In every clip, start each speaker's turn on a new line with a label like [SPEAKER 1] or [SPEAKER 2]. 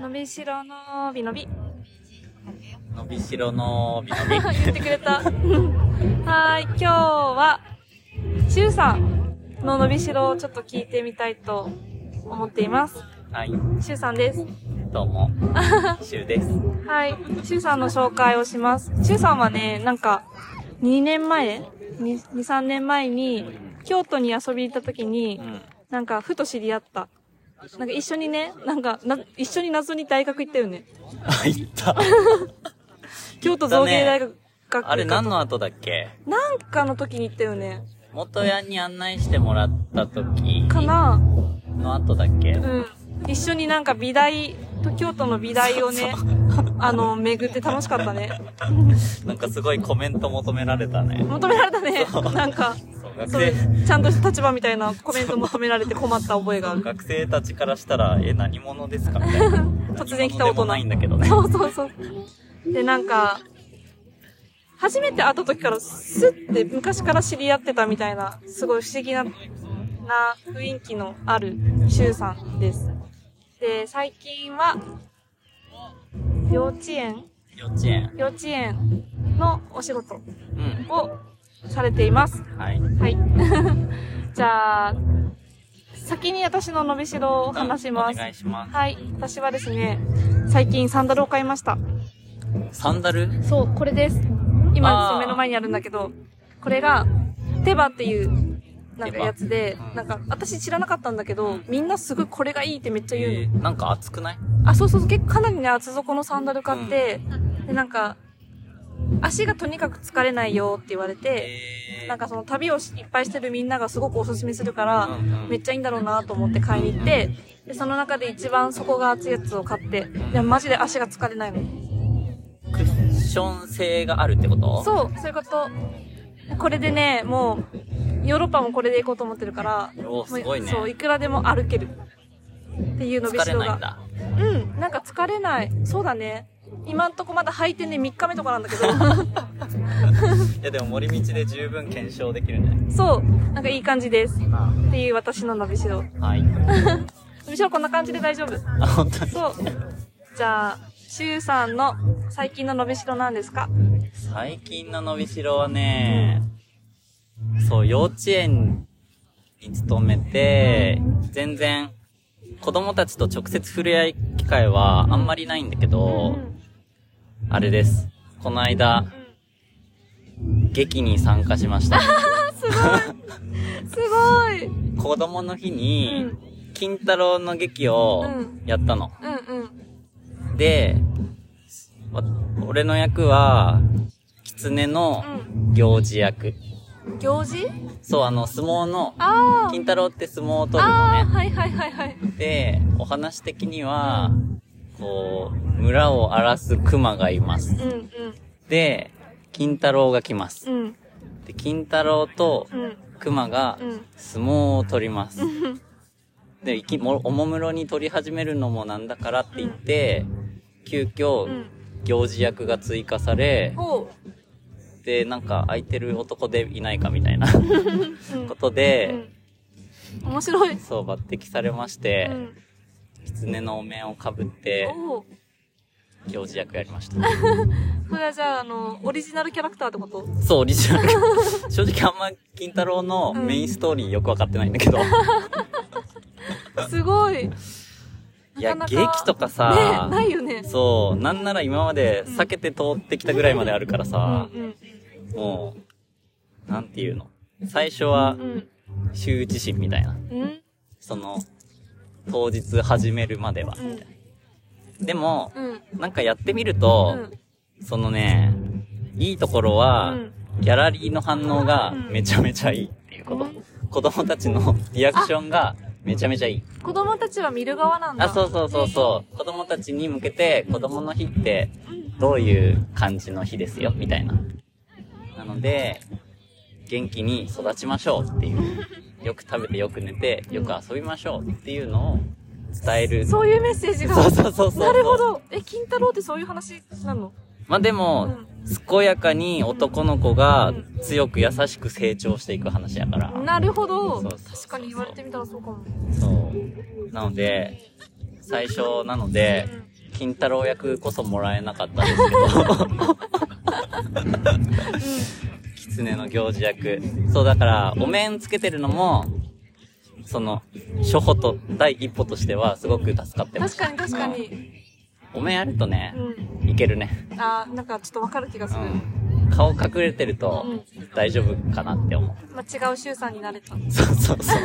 [SPEAKER 1] のびしろのびのび。
[SPEAKER 2] のびしろのびの び。
[SPEAKER 1] 言ってくれた。はーい、今日は、しゅうさんののびしろをちょっと聞いてみたいと思っています。
[SPEAKER 2] はい、
[SPEAKER 1] しゅうさんです。
[SPEAKER 2] どうも。しゅうです。
[SPEAKER 1] はい、しゅうさんの紹介をします。しゅうさんはね、なんか、2年前 ?2、3年前に、京都に遊びに行った時に
[SPEAKER 2] う、ん。
[SPEAKER 1] なんか、ふと知り合った。なんか一緒にね、なんかな、一緒に謎に大学行ったよね。
[SPEAKER 2] あ、行 った。
[SPEAKER 1] 京都造形大
[SPEAKER 2] 学。
[SPEAKER 1] 学学
[SPEAKER 2] あれ何の後だっけ
[SPEAKER 1] なんかの時に行ったよね。
[SPEAKER 2] 元ヤンに案内してもらった時
[SPEAKER 1] かな
[SPEAKER 2] の後だっけ
[SPEAKER 1] うん。一緒になんか美大、と京都の美大をね、あの、巡って楽しかったね。
[SPEAKER 2] なんかすごいコメント求められたね。
[SPEAKER 1] 求められたね。なんか、
[SPEAKER 2] そう学
[SPEAKER 1] そうい
[SPEAKER 2] 生、
[SPEAKER 1] う、ちゃんとした立場みたいなコメント求められて困った覚えがある。
[SPEAKER 2] 学生たちからしたら、え、何者ですかみたいな。
[SPEAKER 1] 突然来た大人
[SPEAKER 2] 何者でもないんだけ どね。
[SPEAKER 1] そうそうそう。で、なんか、初めて会った時からスッて昔から知り合ってたみたいな、すごい不思議な、な雰囲気のあるシュウさんです。で、最近は、幼稚園
[SPEAKER 2] 幼稚園。
[SPEAKER 1] 幼稚園のお仕事
[SPEAKER 2] うん。
[SPEAKER 1] をされています。
[SPEAKER 2] はい。
[SPEAKER 1] はい。 じゃあ、先に私の伸びしろを話しま
[SPEAKER 2] お
[SPEAKER 1] す。
[SPEAKER 2] 願いしま
[SPEAKER 1] はい。私はですね、最近サンダルを買いました。
[SPEAKER 2] す。サンダル
[SPEAKER 1] そう、これです。今、
[SPEAKER 2] あー
[SPEAKER 1] そう目の前にあるんだけど、これが、テバっていう、なんか
[SPEAKER 2] テバ
[SPEAKER 1] やつで
[SPEAKER 2] う、ん
[SPEAKER 1] なんか、私知らなかったんだけど、みんなすごいこれがいいってめっちゃ言うの。
[SPEAKER 2] えーなんか熱くない
[SPEAKER 1] あ、そうそうそう、結構かなりね、厚底のサンダル買って、で、なんか、足がとにかく疲れないよって言われて、
[SPEAKER 2] えー
[SPEAKER 1] なんかその旅をしいっぱいしてるみんながすごくおすすめするから、
[SPEAKER 2] うんうん
[SPEAKER 1] めっちゃいいんだろうなと思って買いに行って、で、その中で一番底が厚いやつを買って、いや、マジで足が疲れないの。
[SPEAKER 2] クッション性があるってことう。
[SPEAKER 1] そう、そういうこと。これでね、もう、ヨーロッパもこれで行こうと思ってるから、
[SPEAKER 2] おーすごいね
[SPEAKER 1] そう、いくらでも歩ける。っていう伸び
[SPEAKER 2] 疲
[SPEAKER 1] し
[SPEAKER 2] れ
[SPEAKER 1] ろ
[SPEAKER 2] ない
[SPEAKER 1] が
[SPEAKER 2] ん。だ。
[SPEAKER 1] うん、なんか疲れない。そうだね。今んとこまだ履いてね、3日目とかなんだけど。
[SPEAKER 2] いやでも森道で十分検証できるんじゃない
[SPEAKER 1] そう、なんかいい感じです。っていう私の伸びしろ。
[SPEAKER 2] はい。
[SPEAKER 1] 伸びしろこんな感じで大丈夫。
[SPEAKER 2] あ、本当に。
[SPEAKER 1] そう。じゃあ、シュウさんの最近の伸びしろなんですか
[SPEAKER 2] 最近の伸びしろはね、そう、幼稚園に勤めて、全然、子供たちと直接触れ合い機会はあんまりないんだけ
[SPEAKER 1] うん
[SPEAKER 2] ど、あれです。この間、劇に参加し ました。
[SPEAKER 1] うん。すごい。うん
[SPEAKER 2] 子供の日に
[SPEAKER 1] うん、
[SPEAKER 2] 金太郎の劇を
[SPEAKER 1] うん
[SPEAKER 2] やったの。
[SPEAKER 1] うん。
[SPEAKER 2] で、わ俺の役は、狐の行事役。
[SPEAKER 1] 行事
[SPEAKER 2] そう、あの、相撲の、
[SPEAKER 1] ああ。
[SPEAKER 2] 金太郎って相撲を取る
[SPEAKER 1] あ
[SPEAKER 2] の
[SPEAKER 1] あー、
[SPEAKER 2] ね。
[SPEAKER 1] はいはいはいはい。
[SPEAKER 2] で、お話的には、こう、村を荒らす熊がいます。
[SPEAKER 1] うん
[SPEAKER 2] で、金太郎が来ます。
[SPEAKER 1] うんうん
[SPEAKER 2] で、金太郎と
[SPEAKER 1] うん
[SPEAKER 2] 熊が
[SPEAKER 1] うん
[SPEAKER 2] 相撲を取ります。で、いきもおもむろに取り始めるのもなんだからって言って、急
[SPEAKER 1] う
[SPEAKER 2] 遽
[SPEAKER 1] ん。、
[SPEAKER 2] 行事役が追加され、
[SPEAKER 1] ほ
[SPEAKER 2] で、なんか空いてる男でいないかみたいな
[SPEAKER 1] う。うん
[SPEAKER 2] ことで、
[SPEAKER 1] うん面白い。
[SPEAKER 2] そう抜擢されまし
[SPEAKER 1] う
[SPEAKER 2] て、
[SPEAKER 1] ん。
[SPEAKER 2] 狐のお面をかぶって、
[SPEAKER 1] おお。
[SPEAKER 2] 行事役やりました。
[SPEAKER 1] それはじゃあ、あの、オリジナルキャラクターってこと
[SPEAKER 2] そう、オリジ ナル。正直あんま金太郎のメインストーリーよくわかってないんだけど。
[SPEAKER 1] すごい。
[SPEAKER 2] いや、
[SPEAKER 1] なかなか
[SPEAKER 2] 劇とか
[SPEAKER 1] ね
[SPEAKER 2] さ、
[SPEAKER 1] ないよね。
[SPEAKER 2] そう、なんなら今まで避けて通ってきたぐらいまであるから
[SPEAKER 1] うん
[SPEAKER 2] さ、もう、なんていうの。最初は
[SPEAKER 1] うん。うん。
[SPEAKER 2] 羞恥心みたいな。
[SPEAKER 1] うん。
[SPEAKER 2] その、当日始めるまでは。
[SPEAKER 1] うん。
[SPEAKER 2] でも、
[SPEAKER 1] うん。
[SPEAKER 2] なんかやってみると、そのね、いいところは、
[SPEAKER 1] うん
[SPEAKER 2] ギャラリーの反応が
[SPEAKER 1] うん
[SPEAKER 2] めちゃめちゃいいっていうこと。
[SPEAKER 1] うん
[SPEAKER 2] 子供たちのリアクションがめちゃめちゃいい。
[SPEAKER 1] 子供たちは見る側なんだ。
[SPEAKER 2] あ、そうそうそうそう。子供たちに向けて、子供の日ってどういう感じの日ですよ、みたいな。なので、元気に育ちましょうっ ていう。よく食べて、よく寝て、よく遊びましょうっていうのを伝える。
[SPEAKER 1] そういうメッセージが。
[SPEAKER 2] そうそうそうそう。
[SPEAKER 1] なるほど。え、金太郎ってそういう話なの
[SPEAKER 2] まあでも、健やかに男の子が強く優しく成長していく話やから。
[SPEAKER 1] なるほど。
[SPEAKER 2] そうそうそうそ
[SPEAKER 1] 確
[SPEAKER 2] う
[SPEAKER 1] かに言われてみたらそうかも。
[SPEAKER 2] そう。なので、最初なので、金太郎役こそもらえなかったんですけど、 狐の行事役。そう、だから、お面つけてるのも、その、初歩と、第一歩としてはすごく助かってま
[SPEAKER 1] 確
[SPEAKER 2] す。
[SPEAKER 1] かに確かに。
[SPEAKER 2] お面あるとね、
[SPEAKER 1] う
[SPEAKER 2] いけるね。
[SPEAKER 1] ん。あーなんかちょっとわかる気がする。
[SPEAKER 2] うん。顔隠れてると
[SPEAKER 1] う
[SPEAKER 2] 大丈夫かなって思
[SPEAKER 1] まあ、違う周さんになれた。
[SPEAKER 2] う。そうそうそう。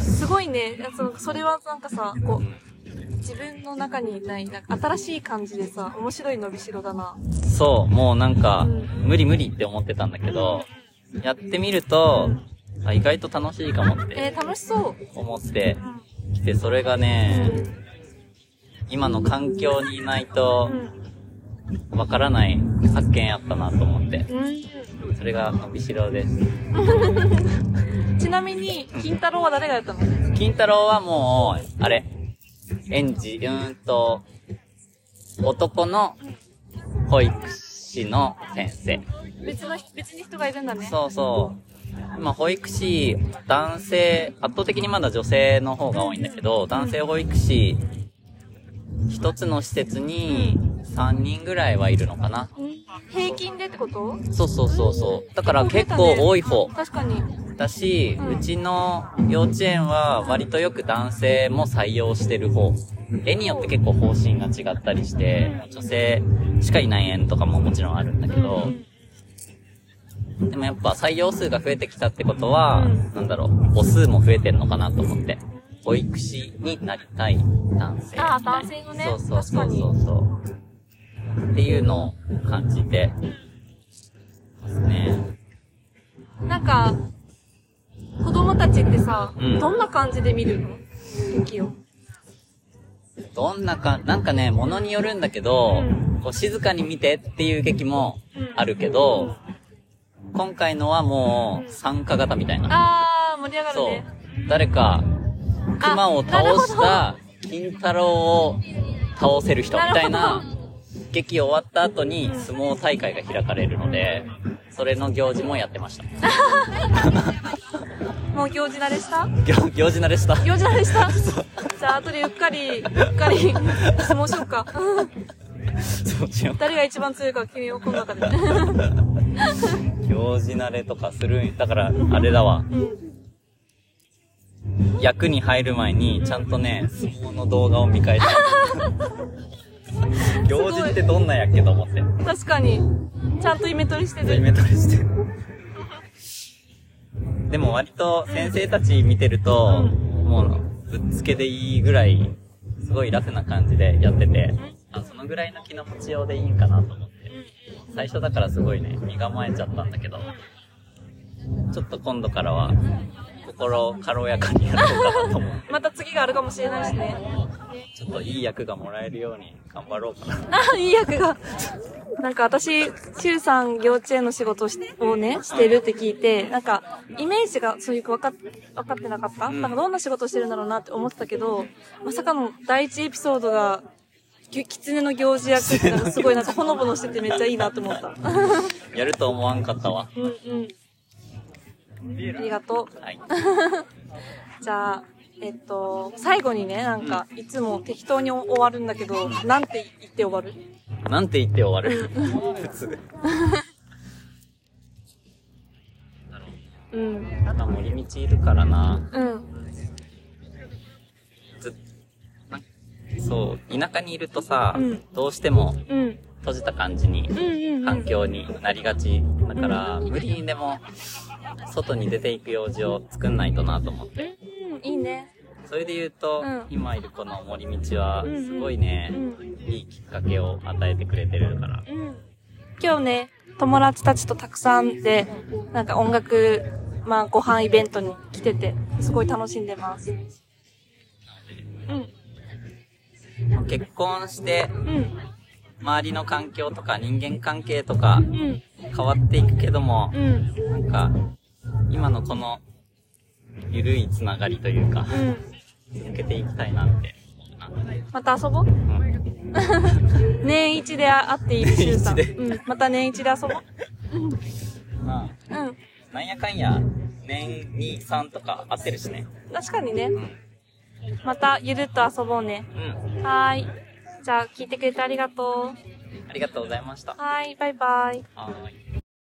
[SPEAKER 1] すごいね。そのそれはなんかさ、こう、自分の中にない、なんか新しい感じでさ、面白い伸びしろだな。
[SPEAKER 2] そう、もうなんか、
[SPEAKER 1] うん
[SPEAKER 2] 無理無理って思ってたんだけど、やってみると、あ、意外と楽しいかもっ
[SPEAKER 1] え
[SPEAKER 2] て
[SPEAKER 1] ー、楽しそう。
[SPEAKER 2] 思って
[SPEAKER 1] うん。
[SPEAKER 2] きて、それがね、今の環境にいないと
[SPEAKER 1] う、
[SPEAKER 2] わからない発見あったなと思って、
[SPEAKER 1] んうん。
[SPEAKER 2] それが伸びしろです。
[SPEAKER 1] ちなみに、金太郎は誰がやったの
[SPEAKER 2] 金太郎はもう、あれ、園児、うーんと、男の保育士の先生。
[SPEAKER 1] 別の人、別に人がいるんだね。
[SPEAKER 2] そうそう。今、保育士、男性、圧倒的にまだ女性の方が多いんだけど、男性保育士、一つの施設に3人ぐらいはいるのかな。
[SPEAKER 1] うん。平均でってこと
[SPEAKER 2] そうそうそうそう。だから結構多い方
[SPEAKER 1] 確かに。
[SPEAKER 2] だし、
[SPEAKER 1] うん
[SPEAKER 2] うちの幼稚園は割とよく男性も採用してる方。絵によって結構方針が違ったりして、女性しかいない園とかももちろんあるんだけ
[SPEAKER 1] うんう
[SPEAKER 2] ど、
[SPEAKER 1] ん
[SPEAKER 2] でもやっぱ採用数が増えてきたってことは、
[SPEAKER 1] うん
[SPEAKER 2] なんだろう、母数も増えてんのかなと思って。保育士になりたい男性。
[SPEAKER 1] ああ、男性のね。
[SPEAKER 2] そうそう
[SPEAKER 1] 確
[SPEAKER 2] そ
[SPEAKER 1] か
[SPEAKER 2] う
[SPEAKER 1] に。
[SPEAKER 2] そうそう。っていうのを感じてますね。
[SPEAKER 1] なんか、子供たちってさ、
[SPEAKER 2] うん
[SPEAKER 1] どんな感じで見るの劇を。
[SPEAKER 2] どんなか、なんかね、ものによるんだけど、こう静かに見てっていう劇もあるけど、今回のはもう参加型みたいな。
[SPEAKER 1] あー、盛り上がる
[SPEAKER 2] そう
[SPEAKER 1] ね。。
[SPEAKER 2] 誰か、
[SPEAKER 1] あ
[SPEAKER 2] 熊を倒した金太郎を倒せる人みた
[SPEAKER 1] な
[SPEAKER 2] い
[SPEAKER 1] る
[SPEAKER 2] な劇終わった後に相撲大会が開かれるので、それの行事もやってました。
[SPEAKER 1] もう行事慣れした
[SPEAKER 2] 行行事慣れした。
[SPEAKER 1] 行事慣れした じゃあ、後でうっかり、うっかり、相撲しようか。
[SPEAKER 2] そうしよう
[SPEAKER 1] 誰が一番強いか決めよう、この中で。
[SPEAKER 2] 行事慣れとかするんだから、あれだわ。役に入る前に、ちゃんとね、相撲の動画を見返 した。行事ってどんなやっけと思って。
[SPEAKER 1] 確かに。ちゃんとイメトリして
[SPEAKER 2] イ
[SPEAKER 1] る。
[SPEAKER 2] メトレして。でも割と先生たち見てると、もうぶっつけでいいぐらい、すごいラフな感じでやってて、あ、そのぐらいの気の持ちようでいいんかなと思って。最初だからすごいね、身構えちゃったんだけど、ちょっと今度からは、心を軽やかにやろうかなと思って、
[SPEAKER 1] また次があるかもしれないしね。
[SPEAKER 2] ちょっといい役がもらえるように頑張ろうかな。
[SPEAKER 1] あ、いい役が。なんか私、中さん幼稚園の仕事をしをね、してるって聞いて、なんか、イメージがそういう分かっ、分かってなかった、
[SPEAKER 2] うん
[SPEAKER 1] なんかどんな仕事してるんだろうなって思ってたけど、まさかの第一エピソードが、き狐の行事役ってなんかすごいなんかほのぼのしててめっちゃいいなと思った。
[SPEAKER 2] やると思わんかったわ。
[SPEAKER 1] うんうん。ありがとう。
[SPEAKER 2] はい。
[SPEAKER 1] じゃあ、えっと、最後にね、なんか、いつも適当に終わるんだけど、なんて言って終わる
[SPEAKER 2] なんて言って終わる普通。
[SPEAKER 1] うん。
[SPEAKER 2] ただ森道いるからな。
[SPEAKER 1] うん。
[SPEAKER 2] ずっなんそう、田舎にいるとさ、
[SPEAKER 1] うん
[SPEAKER 2] どうしても
[SPEAKER 1] うん。
[SPEAKER 2] 閉じた感じに
[SPEAKER 1] うん、うん、うん。
[SPEAKER 2] 環境になりがち。だから、無理にでも、外に出ていく用事を作んないとなと思って。
[SPEAKER 1] うん、いいね。
[SPEAKER 2] それで言うと、
[SPEAKER 1] うん
[SPEAKER 2] 今いるこの森道は、
[SPEAKER 1] うんうん
[SPEAKER 2] すごいね、
[SPEAKER 1] うん
[SPEAKER 2] いいきっかけを与えてくれてるから。
[SPEAKER 1] うん。今日ね、友達たちとたくさんで、なんか音楽、まあご飯イベントに来てて、すごい楽しんでます。うん。
[SPEAKER 2] 結婚して、
[SPEAKER 1] うん。
[SPEAKER 2] 周りの環境とか人間関係とか
[SPEAKER 1] うん。
[SPEAKER 2] 変わっていくけども、
[SPEAKER 1] うん。
[SPEAKER 2] なんか、今のこの、ゆるいつながりというか、
[SPEAKER 1] うん。
[SPEAKER 2] 続けていきたいなって思うな。
[SPEAKER 1] また遊ぼう
[SPEAKER 2] うん
[SPEAKER 1] 年一で会っている週さん。
[SPEAKER 2] 年一
[SPEAKER 1] うん。また年一で遊ぼう。
[SPEAKER 2] ま
[SPEAKER 1] うん。
[SPEAKER 2] あ、なんやかんや、年2、3とか合ってるしね。
[SPEAKER 1] 確かにね。
[SPEAKER 2] うん。
[SPEAKER 1] またゆるっと遊ぼうね。
[SPEAKER 2] うん。
[SPEAKER 1] はーい。じゃあ、聞いてくれてありがとう。
[SPEAKER 2] ありがとうございました。
[SPEAKER 1] はーい、バイバイ。
[SPEAKER 2] はーい。